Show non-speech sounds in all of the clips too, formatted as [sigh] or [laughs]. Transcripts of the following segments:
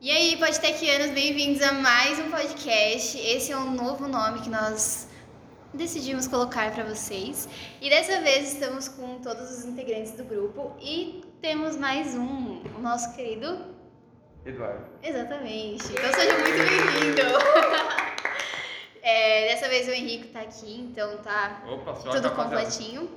E aí, podtequianos, bem-vindos a mais um podcast. Esse é um novo nome que nós decidimos colocar para vocês. E dessa vez estamos com todos os integrantes do grupo e temos mais um, o nosso querido. Eduardo. Exatamente. Então seja muito bem-vindo. [laughs] É, dessa vez o Henrique tá aqui, então tá Opa, só tudo completinho.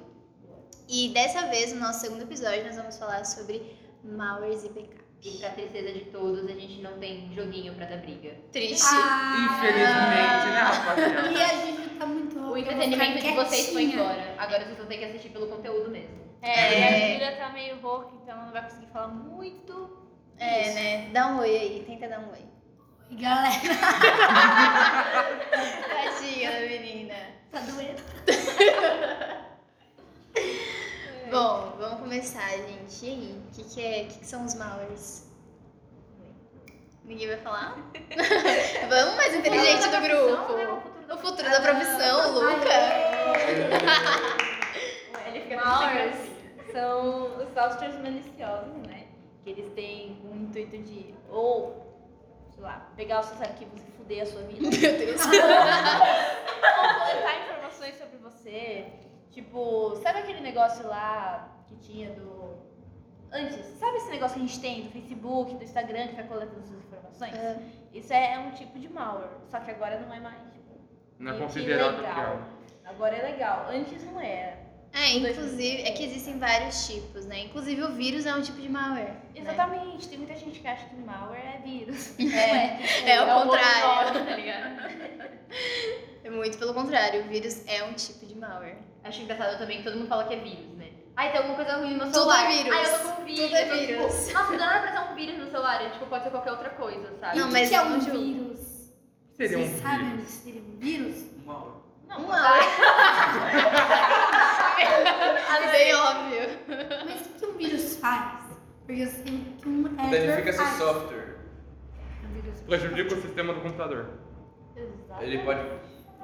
E dessa vez, no nosso segundo episódio, nós vamos falar sobre Mowers e backup. E pra tristeza de todos, a gente não tem joguinho pra dar briga. Triste. Infelizmente, né, rapaziada? Ah, E a gente tá muito O louco, eu vou entretenimento de ficar vocês foi quietinha. embora. Agora vocês vão ter que assistir pelo conteúdo mesmo. É, a Júlia tá meio rouca, então não vai conseguir falar muito. É, né? Dá um oi aí, tenta dar um oi. Galera, Tadinha da menina. tá doendo. [laughs] Bom, vamos começar, gente. E aí? O que, que é? O que, que são os Mowers? Ninguém vai falar? [laughs] vamos mais inteligente do grupo. né? O futuro da Ah, profissão, Luca. É, Ele fica Mowers assim. são os softwares maliciosos, né? Que eles têm o intuito de, ou, sei lá, pegar os seus arquivos e fuder a sua vida. [laughs] Meu [laughs] Deus. É, ou coletar informações sobre você. Tipo, sabe aquele negócio lá que tinha do. Antes, sabe esse negócio que a gente tem do Facebook, do Instagram, que tá coletando suas informações? É. Isso é um tipo de malware, só que agora não é mais. Não é um- Que considerado legal. pior. Agora é legal, antes não era. né? É, inclusive, é que existem vários tipos, né? Inclusive o vírus é um tipo de malware. Né? Exatamente, tem muita gente que acha que malware [laughs] é vírus. É, é o um outro contrário. nome. tá ligado? É muito pelo contrário, o vírus é um tipo de malware. Acho engraçado também que todo mundo fala que é vírus, né? Ai, tem alguma coisa ruim no meu Tudo celular. é vírus. Ai, eu tô com vírus. Tudo é eu tô, tipo, vírus. Nossa, dá pra ter um vírus no celular. é, Tipo, pode ser qualquer outra coisa, sabe? Não, O que mas que é um onde eu- vírus? Seria um Vocês sabem vírus. onde seria um vírus? Uma- Não, Não. tá. [laughs] É bem óbvio. Mas o que que um vírus faz? Porque eu sei o que um hacker Danifica seu faz. software. Um vírus- assim Prejudica o sistema do computador. Ele pode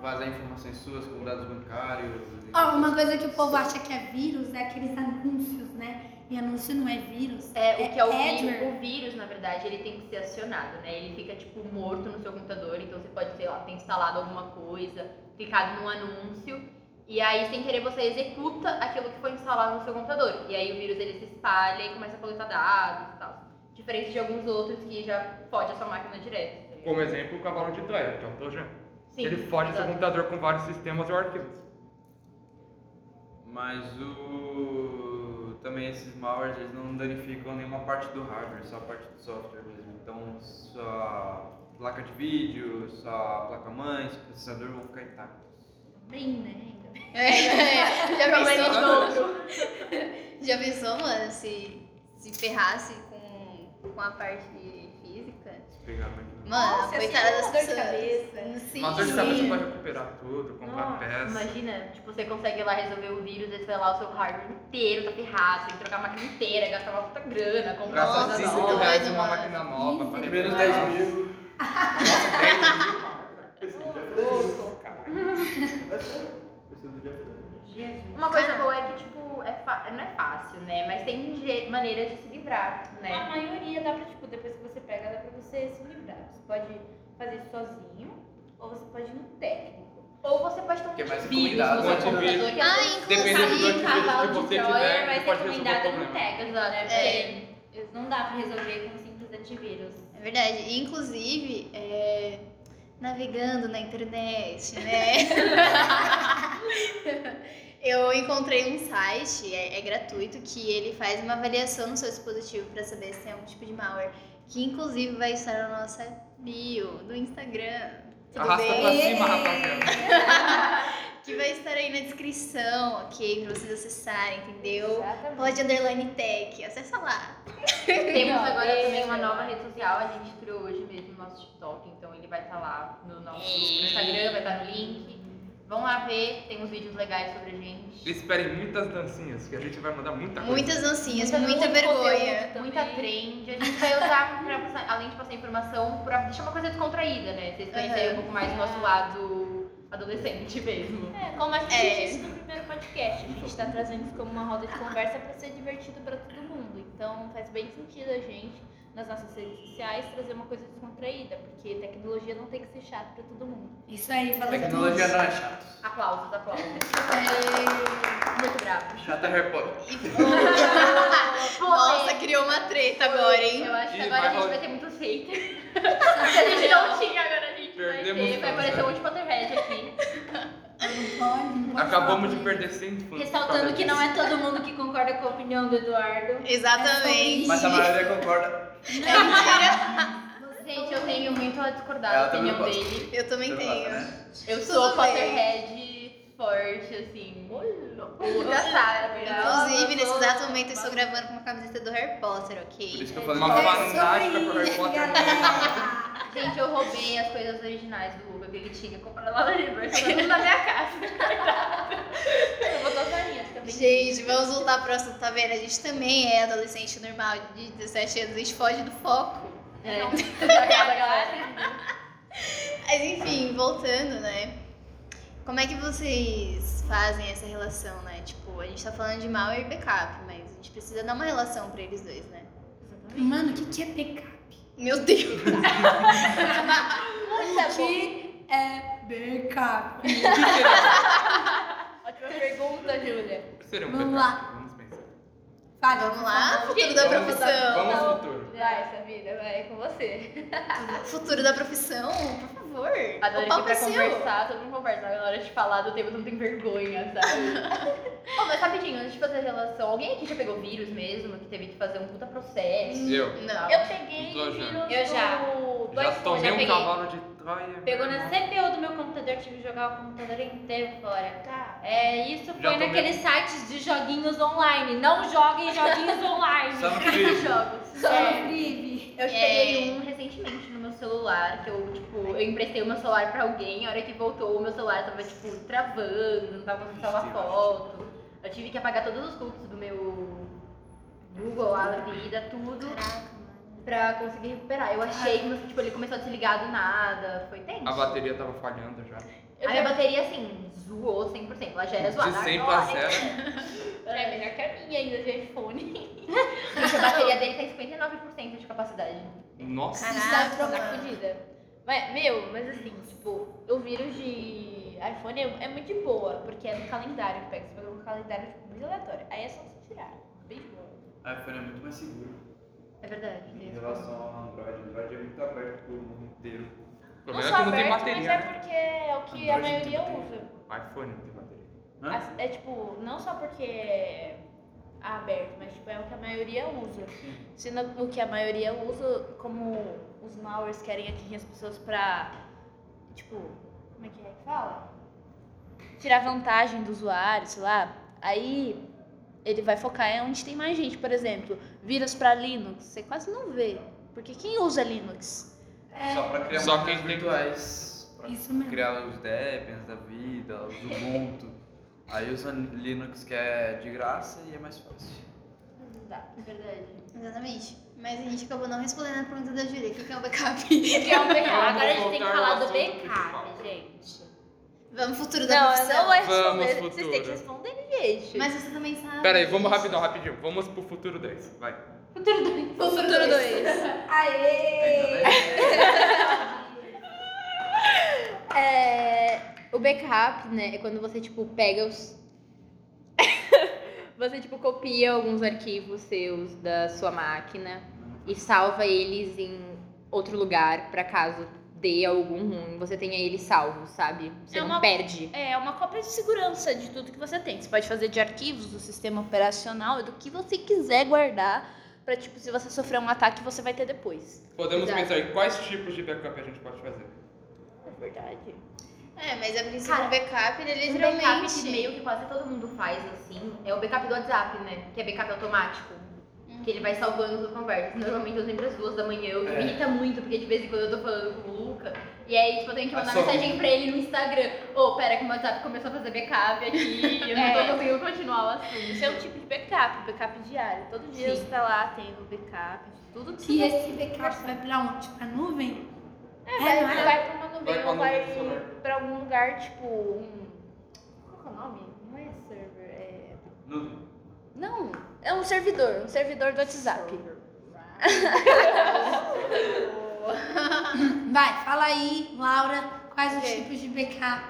vazar informações suas com dados bancários. Ó, uma coisa que o povo acha que é vírus é aqueles anúncios, né? E anúncio não é vírus. É, o que é o adware. vírus, o vírus, na verdade, ele tem que ser acionado, né? Ele fica, tipo, morto no seu computador, então você pode, sei lá, ter instalado alguma coisa, clicado num anúncio, e aí, sem querer, você executa aquilo que foi instalado no seu computador. E aí o vírus, ele se espalha e começa a coletar dados e tal. Diferente de alguns outros que já fode a sua máquina direto. tá ligado? Como exemplo, o cavalo de Troia, que é o Trojan. Sim, tá. Ele foge seu exato. computador com vários sistemas ou arquivos. Mas o. Também esses malwares eles não danificam nenhuma parte do hardware, só a parte do software mesmo. Então sua placa de vídeo, sua placa-mãe, seu processador vão ficar intactos. é Brim, né? ainda. [laughs] É, Já Problema pensou? de novo. Já pensou, mano, se, se ferrasse com, com a parte física? Se pegar um. a máquina. Mano, Nossa, coitada das assim, uma dor de pessoas. cabeça. Sim, Mas hoje sabe você sim. pode recuperar tudo, comprar Nossa, peça. Imagina, tipo, você consegue lá resolver o vírus, aí você vai lá, o seu hardware inteiro tá ferrado, você tem que trocar a máquina inteira, gastar uma puta grana, comprar Gasta uma Nossa, coisa 5 mil nova. reais numa mano. máquina nova. pra Menos recuperar. 10 mil. Uma coisa boa é que, tipo, é fa- não é fácil, né? Mas tem je- maneira de se livrar, A né? maioria dá pra, tipo, depois que você pega, dá pra você se livrar. Você pode fazer isso sozinho, ou você pode ir no técnico. Ou você pode ter um Que é mais vírus recomendado, no seu tá né? computador que Ah, é Dependendo do inclusive, antivírus que cavalo de você Troia, tiver, mas pode resolver o recomendado no problema. técnico, né? É. Porque eles não dá pra resolver com simples antivírus. É verdade. E, inclusive, é, navegando na internet, [laughs] né? Eu encontrei um site, é, é gratuito, que ele faz uma avaliação no seu dispositivo para saber se é um tipo de malware. Que inclusive vai estar na nossa bio do Instagram. Tudo Arrasta pra bem? cima, rapaziada. Que vai estar aí na descrição, ok? Pra vocês acessarem, entendeu? Exatamente. Pode underline tech, acessa lá. Tipo, Temos agora É. também uma nova rede social, a gente criou hoje mesmo o nosso TikTok, então ele vai estar lá no nosso Instagram, vai estar no link. Vão lá ver, tem uns vídeos legais sobre a gente. Esperem muitas dancinhas, que a gente vai mandar Tá. muita coisa. Muitas dancinhas, Muita- muita muito conteúdo. vergonha. Muita trend, a gente vai usar, [laughs] pra passar- além de passar informação, pra deixar uma coisa descontraída, né? Vocês conhecerem Aham. um pouco mais do nosso lado adolescente mesmo. É, como a gente É. disse no primeiro podcast, a gente tá trazendo isso como uma roda de conversa pra ser divertido pra todo mundo. Então faz bem sentido a gente. nas nossas redes sociais, trazer uma coisa descontraída, porque tecnologia não tem que ser chato pra todo mundo. Isso aí, falou Tecnologia não é chato. Aplausos, aplausos. tudo. Muito bravo. Chato é Harry Potter. Nossa, criou uma treta agora, hein? Eu acho que Ih, agora a vai gente vai ter muitos haters. [laughs] Se a gente não tinha, agora a gente Perdemos vai ter. Vai fãs, aparecer né? um monte de Potterhead aqui. Não pode, não pode Acabamos falar. de perder 100 fãs. por Ressaltando causa que não disso. é todo mundo que concorda com a opinião do Eduardo. Exatamente. Mas a maioria concorda. É, Gente, eu tenho muito a discordar Ela da também opinião gosta. dele. Eu também Você tenho. gosta, né? Eu sou Tudo bem. Potterhead forte, assim, molho. Inclusive, nesse exato momento eu estou gravando com uma camiseta do Harry Potter, Por ok? isso que eu falei Uma uma fa- fa... fantástica pro Harry isso, Potter. [laughs] galera. Gente, eu roubei as coisas originais do Uber que ele tinha comprado lá no Universo, tudo na minha casa. [laughs] eu vou tocar minhas também. Gente, vamos voltar pro assunto, tá vendo? A gente também é adolescente normal de 17 anos, a gente foge do foco. É. Obrigada, galera. Mas enfim, voltando, né? Como é que vocês fazem essa relação, né? Tipo, a gente tá falando de mal e backup, mas a gente precisa dar uma relação pra eles dois, né? Mano, o que, que é backup? Meu Deus! O que é backup? Ótima pergunta, Júlia. Seria um Vamos pecado. lá. Vamos pensar. Fala, Vamos lá, futuro da Vamos- profissão. Vamos ao futuro. Vai, Samira, vai, é com você. Futuro da profissão, por favor. Adoro O aqui palco é pra seu. conversar, todo mundo conversa. mas Na hora de falar do tema, todo mundo tem vergonha, sabe? Ô, mas rapidinho, antes de fazer a relação, alguém aqui já pegou vírus mesmo? Que teve que fazer um puta processo? Eu. Tá. Não. Eu peguei Tô já. vírus Eu já. do, do Já iPhone. tomei já um peguei. cavalo de Troia. Pegou na CPU do meu computador, tive que jogar o computador inteiro fora. Tá. É, isso Já foi tomei. naqueles sites de joguinhos online. Não [laughs] joguem joguinhos online. Só no free. Jogos. É. Sobre Eu É. peguei um recentemente no meu celular, que eu, tipo, eu emprestei o meu celular pra alguém, a hora que voltou, o meu celular tava, tipo, travando, não tava conseguindo salvar foto. Eu tive que apagar todos os cookies do meu Google, a vida, tudo, pra conseguir recuperar. Eu achei, mas, tipo, ele começou a desligar do nada, foi tenso. A bateria tava falhando já. A minha bateria, assim, zoou 100%, ela já era zoada. De 100 Agora, pra 0. É melhor que a minha ainda de [laughs] iPhone. Gente, [laughs] a bateria dele tá tem 59% de capacidade. Nossa. Caraca. Precisava trocar mano. fodida. Mas, meu, mas assim, tipo, o vírus de iPhone é, é muito de boa, porque é no calendário que pega. Você pega um calendário tipo, muito aleatório. Aí é só você tirar. Bem de boa. iPhone é muito mais seguro É verdade. em relação ao Android. Android é muito aberto pro mundo inteiro. O Não problema é só que não tem aberto, mas bateria. é né? porque é o que a Android não tem maioria bateria. usa. iPhone não tem bateria. Hã? As- É tipo, não só porque é aberto, mas tipo, é o que a maioria usa. Sendo o que a maioria usa, como os malwares querem atingir as pessoas pra, tipo, como é que é que fala? Tirar vantagem do usuário, sei lá. Aí ele vai focar em onde tem mais gente. Por exemplo, vírus pra Linux, você quase não vê. Porque quem usa Linux? É. Só pra criar Só máquinas quem tem- virtuais. Pra Isso mesmo. criar os Debians da vida, os Ubuntu. Aí usa Linux que é de graça e é mais fácil. É verdade. Exatamente. Mas a gente acabou não respondendo a pergunta da Júlia. O que que é o backup? [laughs] Que é o melhor. Vamos Agora a gente tem que voltar falar ao do assunto principal. backup, gente. Vamos futuro da Não, eu profissão. não vou Vamos, responder. Vocês têm que futuro. responder, gente. Mas você também sabe. Pera aí, vamos gente. rapidão, rapidinho. Vamos pro futuro 10. Vai. Futuro 2. Aê! É, o backup, né, é quando você, tipo, pega os... [laughs] você, tipo, copia alguns arquivos seus da sua máquina e salva eles em outro lugar, pra caso dê algum ruim, você tenha eles salvos, sabe? Você É não uma- Perde. É uma cópia de segurança de tudo que você tem. Você pode fazer de arquivos do sistema operacional e do que você quiser guardar pra, tipo, se você sofrer um ataque, você vai ter depois. Podemos Exato. pensar em quais tipos de backup a gente pode fazer. É verdade. É, mas a princípio Cara, o backup, ele é Um literalmente... backup que meio que quase todo mundo faz assim é o backup do WhatsApp, né? Que é backup automático. Que ele Uhum. vai salvando as conversas. Então, Normalmente eu sempre às duas da manhã. Eu É. me irrita muito, porque de vez em quando eu tô falando com o Luca. E aí, tipo, eu tenho que Ah, mandar só- um. mensagem pra ele no Instagram. Ô, pera que o meu WhatsApp começou a fazer backup aqui. Eu não É. tô conseguindo continuar o assunto. Isso é um tipo de backup, backup diário. Todo dia Sim. você tá lá tendo backup de tudo que E você esse backup vai pra onde? Pra nuvem? É, vai, não é? vai pra uma nuvem Vai pra ou vai nuvem né? do celular. pra algum lugar, tipo, um... Qual que é o nome? Não é server, é... Nuvem. Não, é um servidor, um servidor do WhatsApp. Vai, fala aí, Laura, quais os Ok. tipos de backup?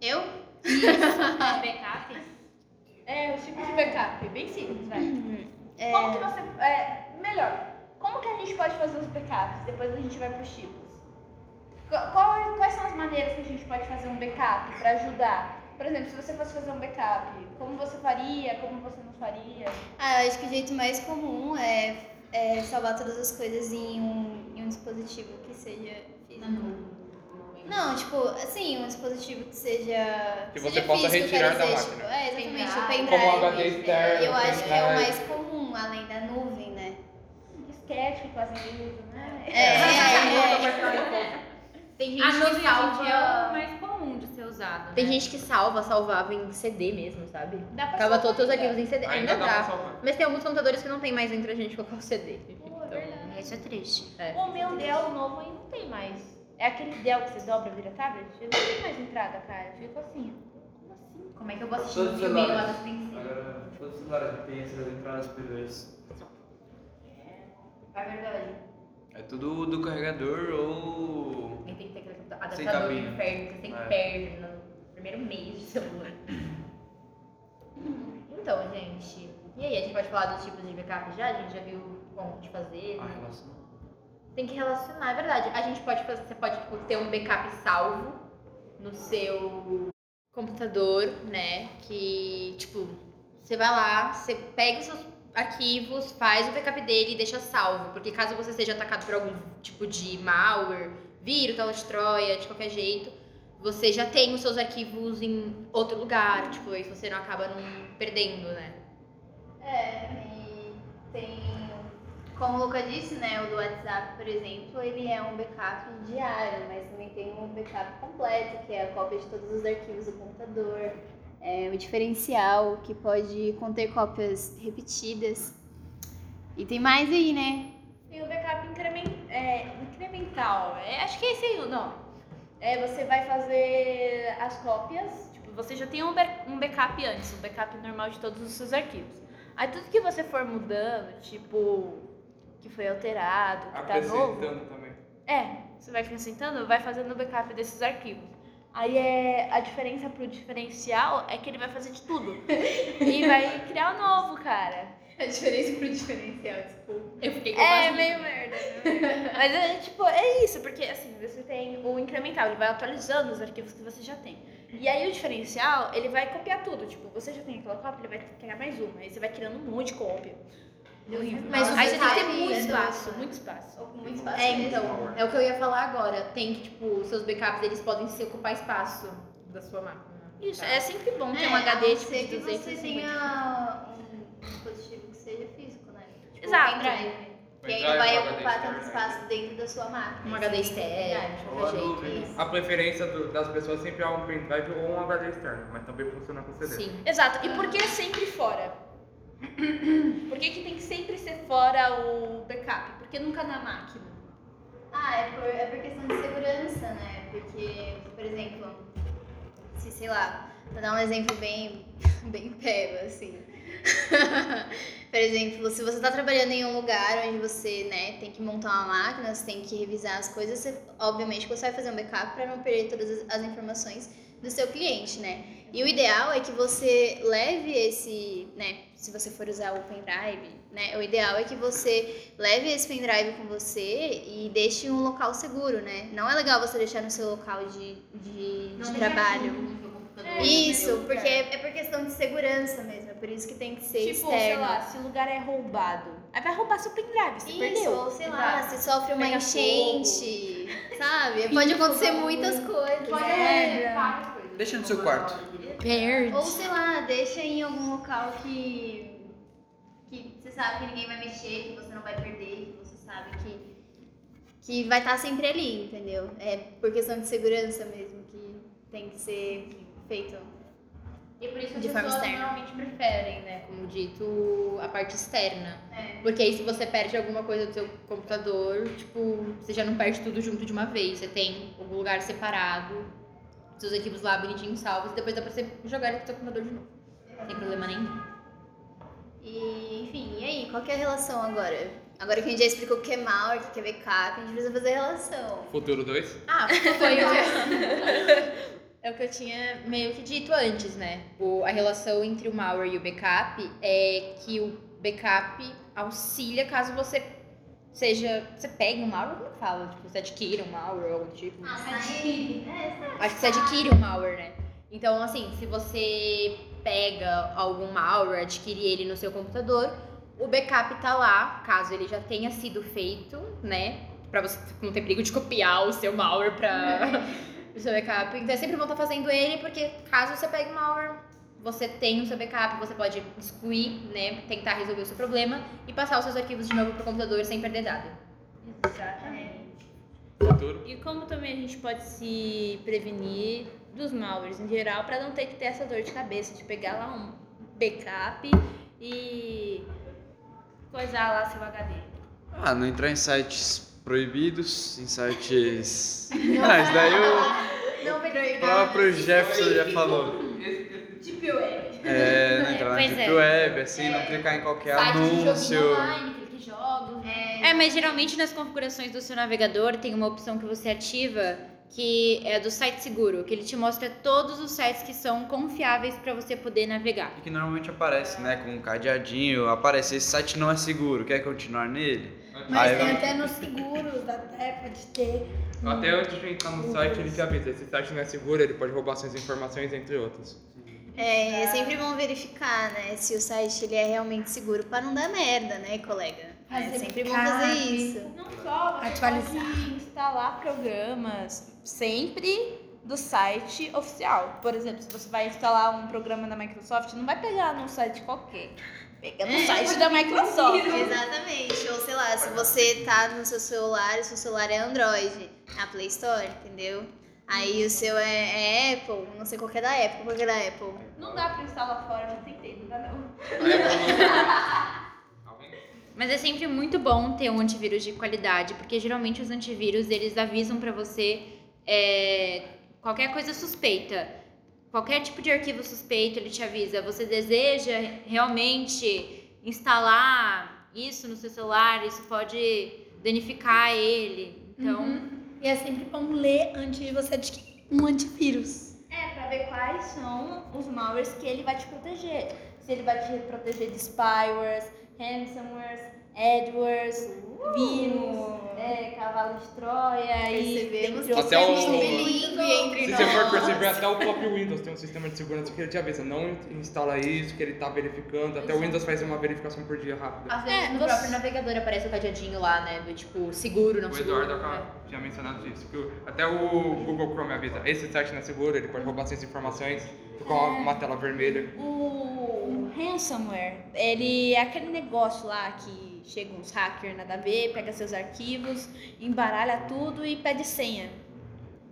Eu? Ah, backup? É, os tipos de backup, bem simples, vai. Como que você. É, melhor, como que a gente pode fazer os backups? Depois a gente vai pros tipos. Qu- qual- quais são as maneiras que a gente pode fazer um backup pra ajudar? Por exemplo, se você fosse fazer um backup, como você faria, como você não faria? Ah, eu acho que o jeito mais comum é, é salvar todas as coisas em um, em um dispositivo que seja físico. Não, tipo, assim, um dispositivo que seja. Que seja você possa físico, eu retirar quero da dizer, máquina. tipo, é, exatamente, o Pendrive. Como pendrive. HD externo. Eu acho que é o pendrive. mais comum, além da nuvem, né? Disquete que quase uso, né? É, é, é. Tem A gente que nuvem hoje em dia é o salva. mais comum de ser é usado. Tem gente que salva, salvava em CD mesmo, sabe? Dá Salva pra salvar todos os ainda. arquivos em CD. Ainda, dá pra dá. salvar. Mas tem alguns computadores que não tem mais entre a gente colocar o Então, CD. Pô, é verdade. Isso é triste. O meu Dell novo aí não tem mais. É aquele Dell que você dobra e vira tablet? Eu não tenho mais entrada, cara. Eu fico assim. Como assim? Como é que eu vou assistir Todos um os filme lá celulares. das princesas? Agora, todos os celulares têm essas entradas P2. É verdade. É tudo do carregador ou. Aí tem que ter aquele adaptador Sem do cabinho. inferno que você tem que É. perde no primeiro mês de celular. então, gente. E aí, a gente pode falar dos tipos de backup já? A gente já viu como de fazer. a né? relação. Tem que relacionar, é verdade. A gente pode fazer, você pode tipo, ter um backup salvo no seu computador, né? Que, tipo, você vai lá, você pega os seus arquivos, faz o backup dele e deixa salvo. Porque caso você seja atacado por algum tipo de malware, vírus, tal de Troia, de qualquer jeito, você já tem os seus arquivos em outro lugar. Tipo, aí você não acaba não perdendo, né? É, e tem. Como o Luca disse, né? O do WhatsApp, por exemplo, ele é um backup diário, mas também tem um backup completo, que é a cópia de todos os arquivos do computador, é, o diferencial, que pode conter cópias repetidas. E tem mais aí, né? Tem o backup incremen- é, incremental. É, acho que é esse aí o nome. É, você vai fazer as cópias. Tipo, você já tem um, ba- um backup antes, um backup normal de todos os seus arquivos. Aí tudo que você for mudando, tipo, que foi alterado, que tá novo. Acrescentando então, também. É, você vai acrescentando, vai fazendo o backup desses arquivos. Aí é, a diferença pro diferencial é que ele vai fazer de tudo. e vai criar o novo, cara. A diferença pro diferencial, desculpa. Eu fiquei com É, bastante- meio merda. meio merda. [laughs] Mas é tipo, é isso, porque assim, você tem o incremental, ele vai atualizando os arquivos que você já tem. E aí o diferencial, ele vai copiar tudo. Tipo, você já tem aquela cópia, ele vai criar mais uma. Aí você vai criando um monte de cópia. É horrível. Mas o aí você tem que ter backup, muito né, espaço, do- muito espaço. Muito fácil. É, então, é o que eu ia falar agora. Tem que, tipo, seus backups, eles podem se ocupar espaço da sua máquina. Isso, Tá. é sempre bom ter um a HD não tipo ser de que 200 você tenha um dispositivo que seja físico, né? Tipo, Exato. Um pendrive. Que aí Pendrive, não vai um HD ocupar tanto externo, espaço dentro da sua máquina. Um HD Isso é externo, verdade. de Ou a qualquer jeito. nuvem. isso. A preferência do- das pessoas sempre é um pendrive ou um HD externo, mas também funciona com CD. Sim. Exato. E por que sempre fora? Por que, que tem que sempre ser fora o backup? Porque nunca na máquina. Ah, é por, é por questão de segurança, né? Porque, por exemplo, se sei lá, vou dar um exemplo bem, [laughs] bem pego, assim. [laughs] por exemplo, se você tá trabalhando em um lugar onde você, né, tem que montar uma máquina, você tem que revisar as coisas, você, obviamente que você vai fazer um backup para não perder todas as- as informações do seu cliente, né? E o ideal é que você leve esse, né, se você for usar o pendrive, né, o ideal é que você leve esse pendrive com você e deixe em um local seguro, né? Não é legal você deixar no seu local de, de, de trabalho. Isso, porque é, é por questão de segurança mesmo, é por isso que tem que ser Tipo, sei externo. lá, se o lugar é roubado. Aí vai roubar seu pendrive, você Isso, perdeu. ou sei lá, se sofre uma Pega enchente, sabe? Pode acontecer muitas coisas. né? É. Deixa no seu quarto. Perde. Ou sei lá, deixa em algum local que, que você sabe que ninguém vai mexer, que você não vai perder, que você sabe que, que vai estar sempre ali, entendeu? É por questão de segurança mesmo que tem que ser feito. E por isso De as forma pessoas externa. normalmente preferem, né, como dito, a parte externa. É. Porque aí se você perde alguma coisa do seu computador, tipo, você já não perde tudo junto de uma vez. Você tem algum lugar separado, seus arquivos lá bonitinhos salvos, e depois dá pra você jogar ele pro seu computador de novo. Sem problema nenhum. E, enfim, e aí? Qual que é a relação agora? Agora que a gente já explicou o que é malware, o que é backup, a gente precisa fazer relação. Futuro 2? Ah, Foi [laughs] o É o que eu tinha meio que dito antes, né? O- a relação entre o malware e o backup é que o backup auxilia caso você seja. Você pegue um malware, como que fala? Tipo, você adquire um malware ou algo do tipo. Acho que você adquire um malware, né? Então, assim, se você pega algum malware, adquire ele no seu computador, o backup tá lá, caso ele já tenha sido feito, né? Pra você não ter perigo de copiar o seu malware pra [laughs] o seu backup. Então, é sempre bom estar fazendo ele, porque caso você pegue um malware, você tem o seu backup, você pode excluir, né? Tentar resolver o seu problema e passar os seus arquivos de novo pro computador sem perder dado. Futuro. E como também a gente pode se prevenir dos malwares em geral pra não ter que ter essa dor de cabeça de pegar lá um backup e coisar lá seu HD. Ah, não entrar em sites proibidos, em sites. Ah, isso daí o Não, Pedro. próprio Jefferson já falou. Deep Web. É, não entrar na Pois Deep é. Web, assim, não clicar em qualquer anúncio. online, clique em jogos. É. É, É, mas geralmente nas configurações do seu navegador tem uma opção que você ativa que é do site seguro, que ele te mostra todos os sites que são confiáveis para você poder navegar. E que normalmente aparece, né? Com um cadeadinho, aparece, esse site não é seguro, quer continuar nele? Mas Aí tem um vai- até nos seguros, até pode ter. Até antes de entrar no site, ele te avisa. Esse site não é seguro, ele pode roubar suas informações, entre outros. É, é sempre bom verificar, né, se o site ele é realmente seguro pra não dar merda, né, colega? é Fazer sempre bom backup. fazer isso. não só, mas Atualizar. pode instalar programas sempre do site oficial. Por exemplo, se você vai instalar um programa da Microsoft, não vai pegar num site qualquer. Pega no site da Microsoft. Exatamente. Ou sei lá, se você tá no seu celular, e seu celular é Android, na Play Store, entendeu? Aí o seu é, é Apple, não sei qual que é da Apple, qual que é da Apple. Não dá pra instalar fora, não tentei, não dá não. Mas é sempre muito bom ter um antivírus de qualidade, porque geralmente os antivírus eles avisam para você é, qualquer coisa suspeita, qualquer tipo de arquivo suspeito ele te avisa. Você deseja realmente instalar isso no seu celular? Isso pode danificar ele. Então Uhum. E é sempre bom ler antes de você adquirir um antivírus. É, pra ver quais são os malwares que ele vai te proteger. Se ele vai te proteger de spywares, ransomwares, adwares, vírus, é, cavalo de Troia e Percebemos dentre que Até é o- temos um bilíngue entre Se nós. você for perceber, até o próprio Windows tem um sistema de segurança que ele te avisa. Não instala isso, que ele tá verificando. Até o Windows faz uma verificação por dia rápida. Às vezes É, no você- próprio navegador aparece o cadeadinho lá, né? Do tipo, seguro, não O seguro. Eduardo acaba- tinha mencionado isso, que o- até o Google Chrome avisa, esse site não é seguro, ele pode roubar suas informações, ficar uma, uma tela vermelha. o ransomware, ele é aquele negócio lá que chega uns hackers nada a ver, pega seus arquivos, embaralha tudo e pede senha.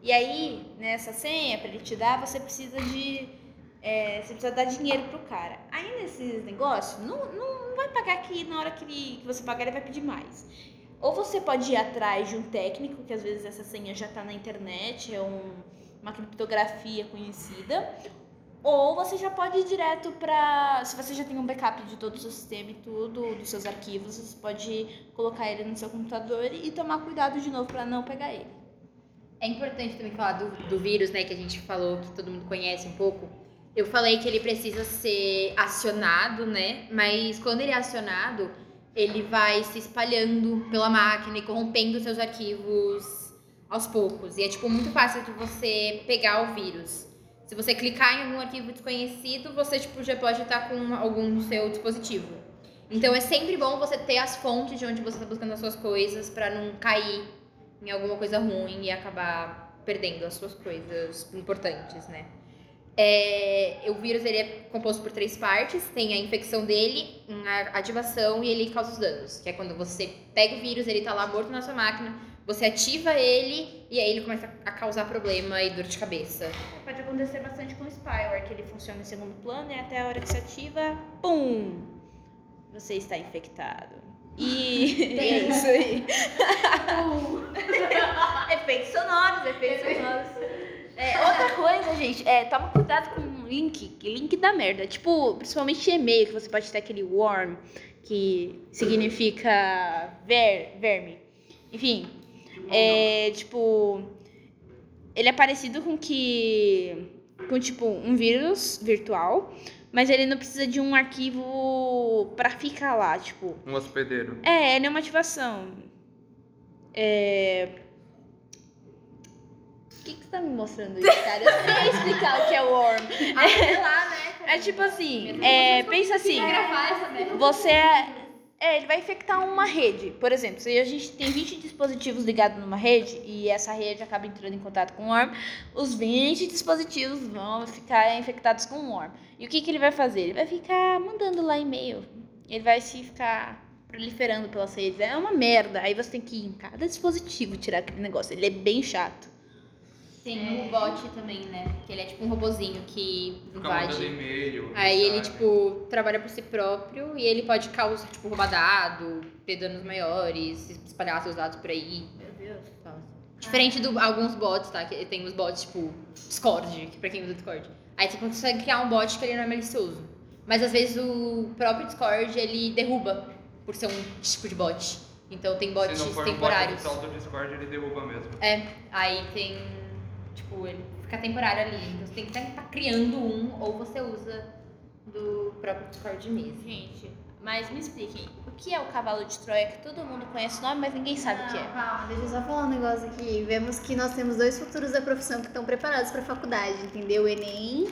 E aí, nessa senha, pra ele te dar, você precisa de. é, você precisa dar dinheiro pro cara. Aí nesses negócios, não, não, não vai pagar que na hora que, ele- que você pagar, ele vai pedir mais. Ou você pode ir atrás de um técnico, que às vezes essa senha já tá na internet, é um- uma criptografia conhecida. Ou você já pode ir direto pra. Se você já tem um backup de todo o seu sistema e tudo, dos seus arquivos, você pode colocar ele no seu computador e tomar cuidado de novo pra não pegar ele. É importante também falar do, do vírus, né, que a gente falou, que todo mundo conhece um pouco. Eu falei que ele precisa ser acionado, né? Mas quando ele é acionado, ele vai se espalhando pela máquina e corrompendo seus arquivos aos poucos. E é tipo muito fácil de você pegar o vírus. Se você clicar em algum arquivo desconhecido, você tipo já pode estar com algum no seu dispositivo. Então é sempre bom você ter as fontes de onde você está buscando as suas coisas para não cair em alguma coisa ruim e acabar perdendo as suas coisas importantes, né? É, o vírus ele é composto por três partes: tem a infecção dele, a ativação e ele causa os danos, que é quando você pega o vírus, ele tá lá morto na sua máquina, você ativa ele e aí ele começa a causar problema e dor de cabeça. Pode acontecer bastante com o spyware, que ele funciona em segundo plano e até a hora que se ativa, pum! Você está infectado. E é isso aí. [laughs] efeitos sonoros, efeitos sonoros. É, outra coisa, gente, é, toma cuidado com link, link da merda. Tipo, principalmente e-mail, que você pode ter aquele worm, que significa ver, verme. Enfim, é tipo. Ele é parecido com que. com tipo um vírus virtual, mas ele não precisa de um arquivo pra ficar lá, tipo. Um hospedeiro. É, ele é uma ativação. É. O que, que você tá me mostrando isso, cara? Eu sei explicar o que é worm. Ah, sei lá, né? É tipo assim, é, pensa assim. gravar essa merda. Você é, é, ele vai infectar uma rede. Por exemplo, se a gente tem 20 dispositivos ligados numa rede e essa rede acaba entrando em contato com o worm, os 20 dispositivos vão ficar infectados com o worm. E o que, que ele vai fazer? Ele vai ficar mandando lá e-mail. Ele vai se ficar proliferando pelas redes. É uma merda. Aí você tem que ir em cada dispositivo tirar aquele negócio. Ele é bem chato. Tem um o bot também, né? Que ele é tipo um robozinho que Fica mandando invade. e-mail. Aí ele, mensagem. tipo, trabalha por si próprio e ele pode causar, tipo, roubar dado, ter danos maiores, espalhar seus dados por aí. Meu Deus. Tá. Diferente de alguns bots, tá? Que tem os bots, tipo, Discord, que pra quem usa Discord. Aí você consegue criar um bot que ele não é malicioso. Mas às vezes o próprio Discord, ele derruba por ser um tipo de bot. Então tem bots Se não for temporários. Um bot oficial do Discord, ele derruba mesmo. É, aí tem, tipo, ele fica temporário ali. Então você tem que estar criando um ou você usa do próprio Discord mesmo. Gente, mas me expliquem. O que é o cavalo de Troia? Que todo mundo conhece o nome, mas ninguém sabe o que é. Calma, deixa eu só falar um negócio aqui. Vemos que nós temos dois futuros da profissão que estão preparados pra faculdade, entendeu? O Enem,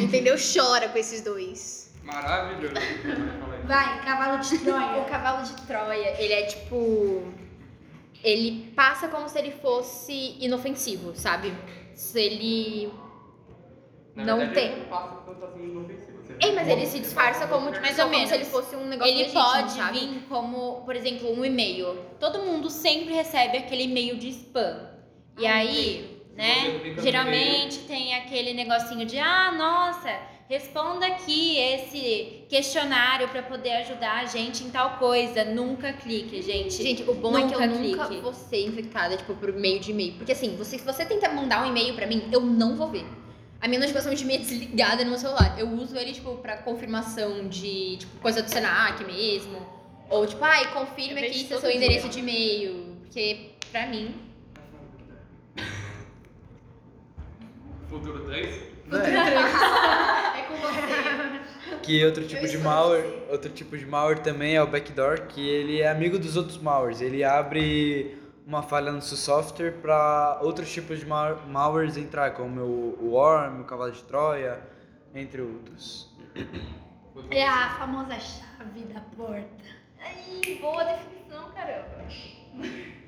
entendeu? Chora com esses dois. Maravilhoso. Falei. Vai, cavalo de [laughs] Troia. O cavalo de Troia, ele é tipo. Ele passa como se ele fosse inofensivo, sabe? Se ele. um Na Não verdade, tem. Ele passa tanto assim inofensivo. Você Ei, mas vê ele se disfarça como, tipo, Mas como menos. se ele fosse um negócio Ele legítimo, pode sabe? vir como, por exemplo, um e-mail. Todo mundo sempre recebe aquele e-mail de spam. E aí, Você né? clica no Geralmente tem aquele negocinho de ah, nossa, responda aqui esse questionário pra poder ajudar a gente em tal coisa. Nunca clique, gente. Gente, o bom é que eu Nunca nunca clique. vou ser infectada, tipo, por meio de e-mail. Porque assim, você, se você tenta mandar um e-mail pra mim, eu não vou ver. A minha notificação de e-mail é desligada no meu celular. Eu uso ele, tipo, pra confirmação de, tipo, coisa do Senac mesmo. Ou tipo, ai, confirme Eu aqui vejo se é todo seu dia. endereço de e-mail. Porque, pra mim, Futuro 3? É com você. Que outro tipo Eu de estou malware, assim. outro tipo de malware também é o backdoor, que ele é amigo dos outros malwares. Ele abre uma falha no seu software para outros tipos de mal- malwares entrar, como o Worm, o Cavalo de Troia, entre outros. É a famosa chave da porta. Ai, boa definição, caramba.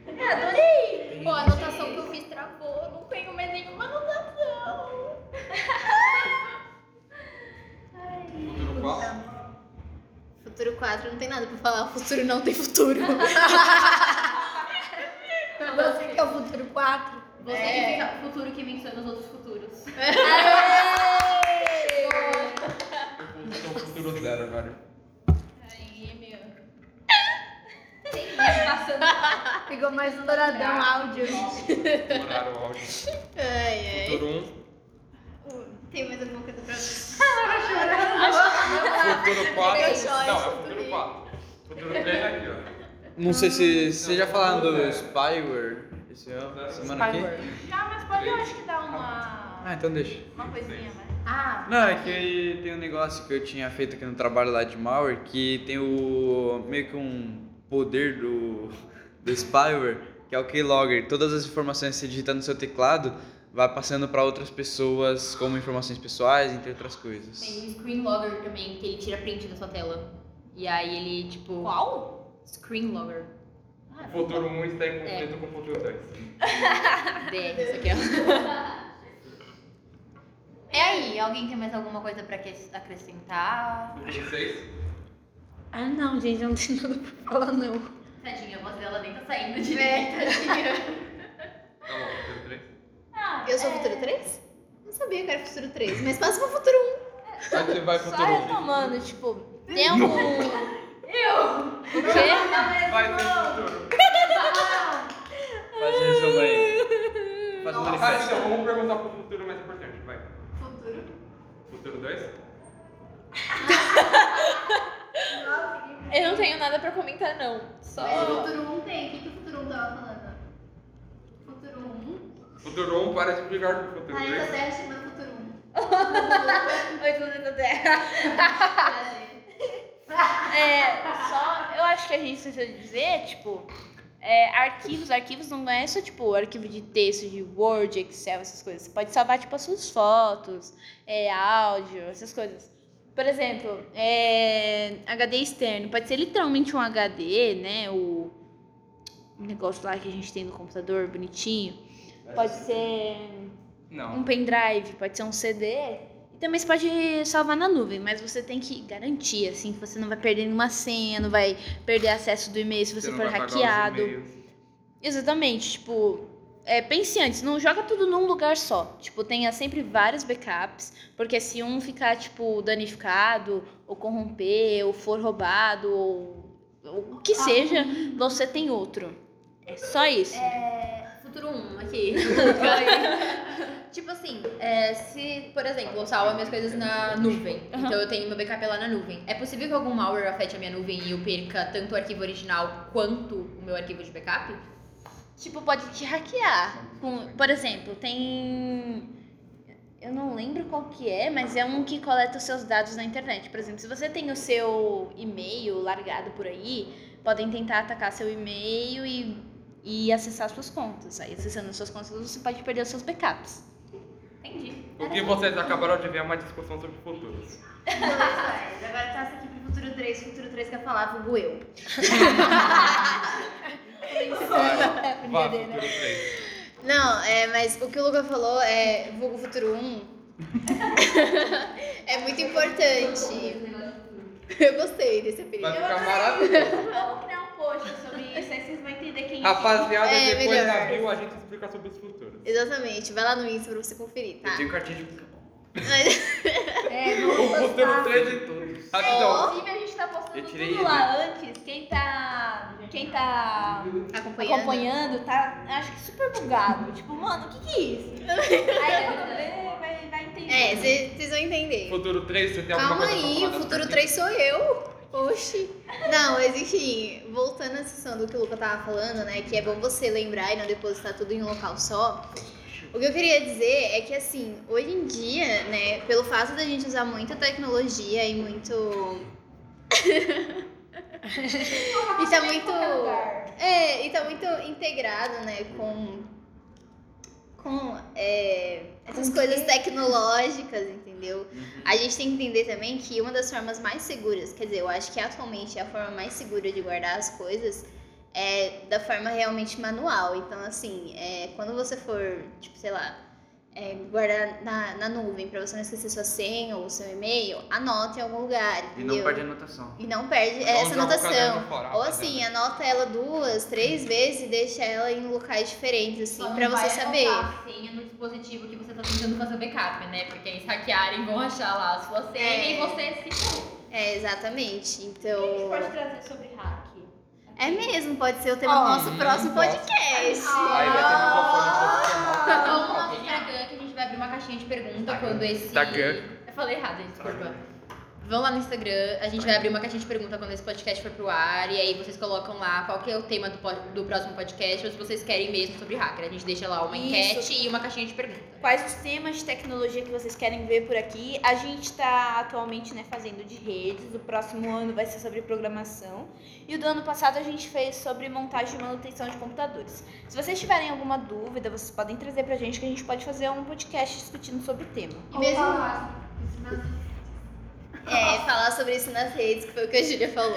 É, Pô, a anotação que eu fiz travou, não tenho mais nenhuma anotação. Futuro 4? Futuro 4 não tem nada pra falar, o futuro não tem futuro. Você que é o futuro 4. Você É. que fica futuro que menciona os outros futuros. Então, futuro 0 agora. Aí, [laughs] meu. Ficou mais um douradão áudio. Exploraram o É áudio. Ai, ai. Futuro 1. Tem mais alguma coisa pra você? Futuro 4. Eu choro, Não, é futuro futuro 4. Futuro 3 é aqui, ó. Não sei Ah, se vocês já falaram do Spyware esse ano, semana aqui? Já, mas pode eu acho que dar uma, Ah, então deixa. uma coisinha, vai. Ah, Não, é que tem um negócio que eu tinha feito aqui no trabalho lá de malware que tem o meio que um poder do, do spyware, que é o keylogger. Todas as informações que você digita no seu teclado vai passando para outras pessoas como informações pessoais, entre outras coisas. tem o Screen Logger também, que ele tira print da sua tela. E aí ele, tipo. Qual? Screen Logger. O futuro 1 está em É. conflito com o futuro 2. DR, isso aqui, ó. É aí, alguém tem mais alguma coisa pra aque- acrescentar? Futuro 6? Ah, não, gente, eu não tem nada pra falar, não. Tadinha, a voz dela nem tá saindo direito. Tá bom, futuro 3. Eu sou futuro 3? Não sabia que era futuro 3, mas passa pro futuro Aí você vai Só futuro 1. reclamando, tipo, tem algum. um. Eu! O quê? Vai ter futuro. Faz um resumo aí. Faz um Ah, manifesto. então, vamos perguntar pro futuro mais importante, vai. 1. Futuro. Futuro 2? Eu não tenho nada pra comentar, não. Só. Mas o Futuro 1 tem. O que, que o Futuro 1 tava falando? Futuro 1? Futuro 1 parece melhor que o Futuro Planeta 2. Terra chama Futuro 1. Oi, planeta Terra. É, só eu acho que a gente precisa dizer, tipo, é, arquivos, arquivos não é só, tipo, arquivo de texto, de Word, Excel, essas coisas. Você pode salvar, tipo, as suas fotos, é, áudio, essas coisas. Por exemplo, é, HD externo, pode ser literalmente um HD, né? O negócio lá que a gente tem no computador, bonitinho. Pode ser Não. um pendrive, pode ser um CD. E também você pode salvar na nuvem, mas você tem que garantir, assim, que você não vai perder nenhuma senha, não vai perder acesso do e-mail se você, não for vai pagar os hackeado. e-mails. Exatamente, tipo, é, pense antes, não joga tudo num lugar só. Tipo, tenha sempre vários backups, porque se um ficar, tipo, danificado, ou corromper, ou for roubado, ou, ou o que seja, você tem outro. É só isso. Futuro 1 aqui. tipo assim, é, se, por exemplo, eu salvo as minhas coisas na nuvem, então eu tenho meu backup lá na nuvem, é possível que algum malware afete a minha nuvem e eu perca tanto o arquivo original quanto o meu arquivo de backup? Tipo, pode te hackear. Com- por exemplo, tem. Eu não lembro qual que é, mas é um que coleta os seus dados na internet. Por exemplo, se você tem o seu e-mail largado por aí, podem tentar atacar seu e-mail e, e acessar suas contas. Aí, acessando suas contas, você pode perder os seus backups. O que vocês acabaram de ver é uma discussão sobre futuros. Dois mais. Agora passa aqui pro Futuro 3. Futuro 3 quer falar, vulgo eu. Vá, futuro 3. Não, é, mas o que o Luca falou é vulgo futuro 1 [laughs] é muito importante. Eu gostei desse Vai apelido. ficar maravilhoso. Vamos criar um post sobre isso, aí vocês vão entender quem Rapaziada, É, depois melhor. da view a gente explica sobre os futuros. Exatamente, vai lá no Insta pra você conferir, Eu tá? tenho cartinha um de É, O vamos futuro postar. 3 de todos. Rapidão. Inclusive, a gente tá postando Então, Eu tirei tudo ele. lá antes. Quem tá. Quem tá Acompanhando. acompanhando tá, acho que super bugado. Tipo, mano, o que que é isso? Aí quando vê, vai, vai entender. É, vocês vão entender. Futuro 3, você tem alguma Calma coisa pra aí, falar o das futuro 3 perguntas? sou eu. Oxi. Não, mas enfim, voltando à sessão do que o Luca tava falando, né? Que é bom você lembrar e não depositar tudo em um local só. O que eu queria dizer é que, assim, hoje em dia, né, pelo fato da gente usar muita tecnologia e muito. e tá muito. É, e tá muito integrado, né, com. com é, essas coisas tecnológicas, entendeu? Uhum. A gente tem que entender também que uma das formas mais seguras, quer dizer, eu acho que atualmente é a forma mais segura de guardar as coisas é da forma realmente manual. Então, assim, é, quando você for, tipo, sei lá, é, guardar na, na nuvem pra você não esquecer sua senha ou seu e-mail, anota em algum lugar, E não entendeu? perde a anotação. E não perde Não é essa joga o anotação. um caderno fora, Ou rapaziada. assim, anota ela duas, três vezes e deixa ela em locais diferentes, Só assim, não pra você vai saber. anotar a senha no dispositivo que você tá tentando fazer backup, né? Porque eles hackearem vão achar lá a sua senha É. e você se ferrou. É, exatamente. O que a gente Então. pode trazer sobre hack? É mesmo, pode ser o tema do nosso próximo podcast. Aí vai ter Ah. um né? microfone. Tá, Então, no nosso Instagram, que a gente vai abrir uma caixinha de pergunta quando esse... Instagram. Eu falei errado, gente, desculpa. Vão lá no Instagram, a gente vai abrir uma caixinha de pergunta quando esse podcast for pro ar. E aí vocês colocam lá qual que é o tema do, po- do próximo podcast ou se vocês querem mesmo sobre hacker. A gente deixa lá uma Isso. enquete e uma caixinha de pergunta. Quais os temas de tecnologia que vocês querem ver por aqui? A gente está atualmente né, fazendo de redes, o próximo ano vai ser sobre programação. E o do ano passado a gente fez sobre montagem e manutenção de computadores. Se vocês tiverem alguma dúvida, vocês podem trazer pra gente que a gente pode fazer um podcast discutindo sobre o tema. E mesmo- É, falar sobre isso nas redes, que foi o que a Júlia falou.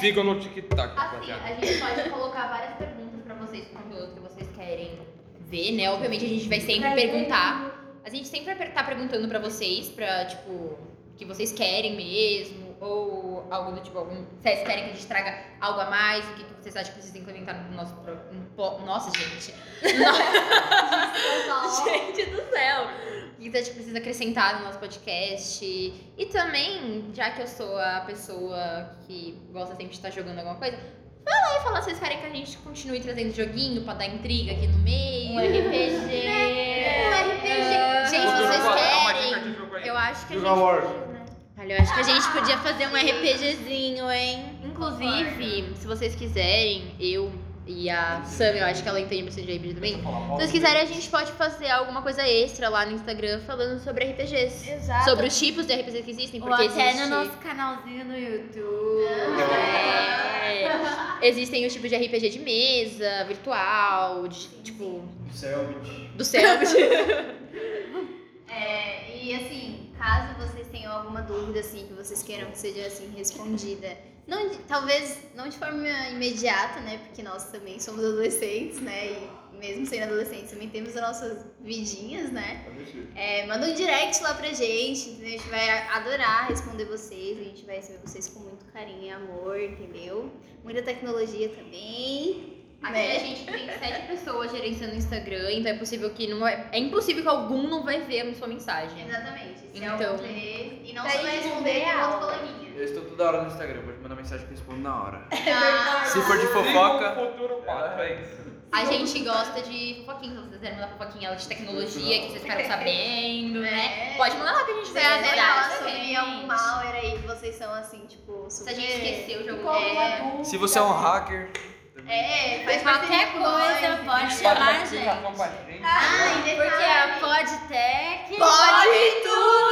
Sigam no TikTok, Assim, rapaziada. a gente pode colocar várias perguntas pra vocês, com conteúdo que vocês querem ver, né? Obviamente a gente vai sempre perguntar. A gente sempre vai per- tá perguntando pra vocês, pra, tipo, o que vocês querem mesmo, ou algo do tipo, algum, se vocês querem que a gente traga algo a mais, o que, que vocês acham que vocês implementaram no nosso... pro- no po- nossa, gente! Nossa. gente do céu! O que a gente precisa acrescentar no nosso podcast. E também, já que eu sou a pessoa que gosta sempre de estar jogando alguma coisa, vai lá e fala se vocês querem que a gente continue trazendo joguinho pra dar intriga aqui no meio. RPG. Um RPG. Gente, Futuro vocês quatro, é uma dica querem? de jogo aí. Eu acho acho que a gente Jogar War. podia, né? Olha, eu acho que a gente podia fazer um RPGzinho, hein? Inclusive, se vocês quiserem, eu e a Sam, eu acho que ela entende bastante de RPG também. Se vocês quiserem, a gente pode fazer alguma coisa extra lá no Instagram falando sobre RPGs. Exato. Sobre os tipos de RPGs que existem, Ou porque até existe... no nosso canalzinho no YouTube. É. Existem os tipos de RPG de mesa, virtual, de, tipo, Selbit. [laughs] do Selbit. [laughs] É, e assim, caso vocês tenham alguma dúvida assim que vocês queiram que seja assim respondida, não de- talvez não de forma imediata, né? Porque nós também somos adolescentes, né? E mesmo sendo adolescentes, também temos as nossas vidinhas, né? É, manda um direct lá pra gente, entendeu? A gente vai adorar responder vocês, a gente vai receber vocês com muito carinho e amor, entendeu? Muita tecnologia também. Aqui né? a gente tem sete Pessoas gerenciando o Instagram, então é possível que não é, é impossível que algum não vai ver a sua mensagem. Exatamente. Se Então. então, ver, e não Pra só vai gente responder, ver é a outro aula. coleguinha. Eu estou toda hora no Instagram, pode mandar mensagem que eu respondo na hora. [laughs] Ah, Se for de fofoca. Futuro papo. É isso. A gente gosta de fofoquinha, então se vocês quiserem mandar fofoquinha de tecnologia, que vocês ficaram sabendo, né? É. Pode mandar lá que a gente vai Vocês adoraram adorar. sobre gente. algum malware aí que vocês são assim, tipo, super. Se a gente esqueceu de alguma Ficou alguma É. dúvida. Se você é um hacker, É, faz parte Qualquer de nós. coisa pode chamar a gente. Notificação pra gente. Ah, e Porque detalhe. a Podtech Pode tudo!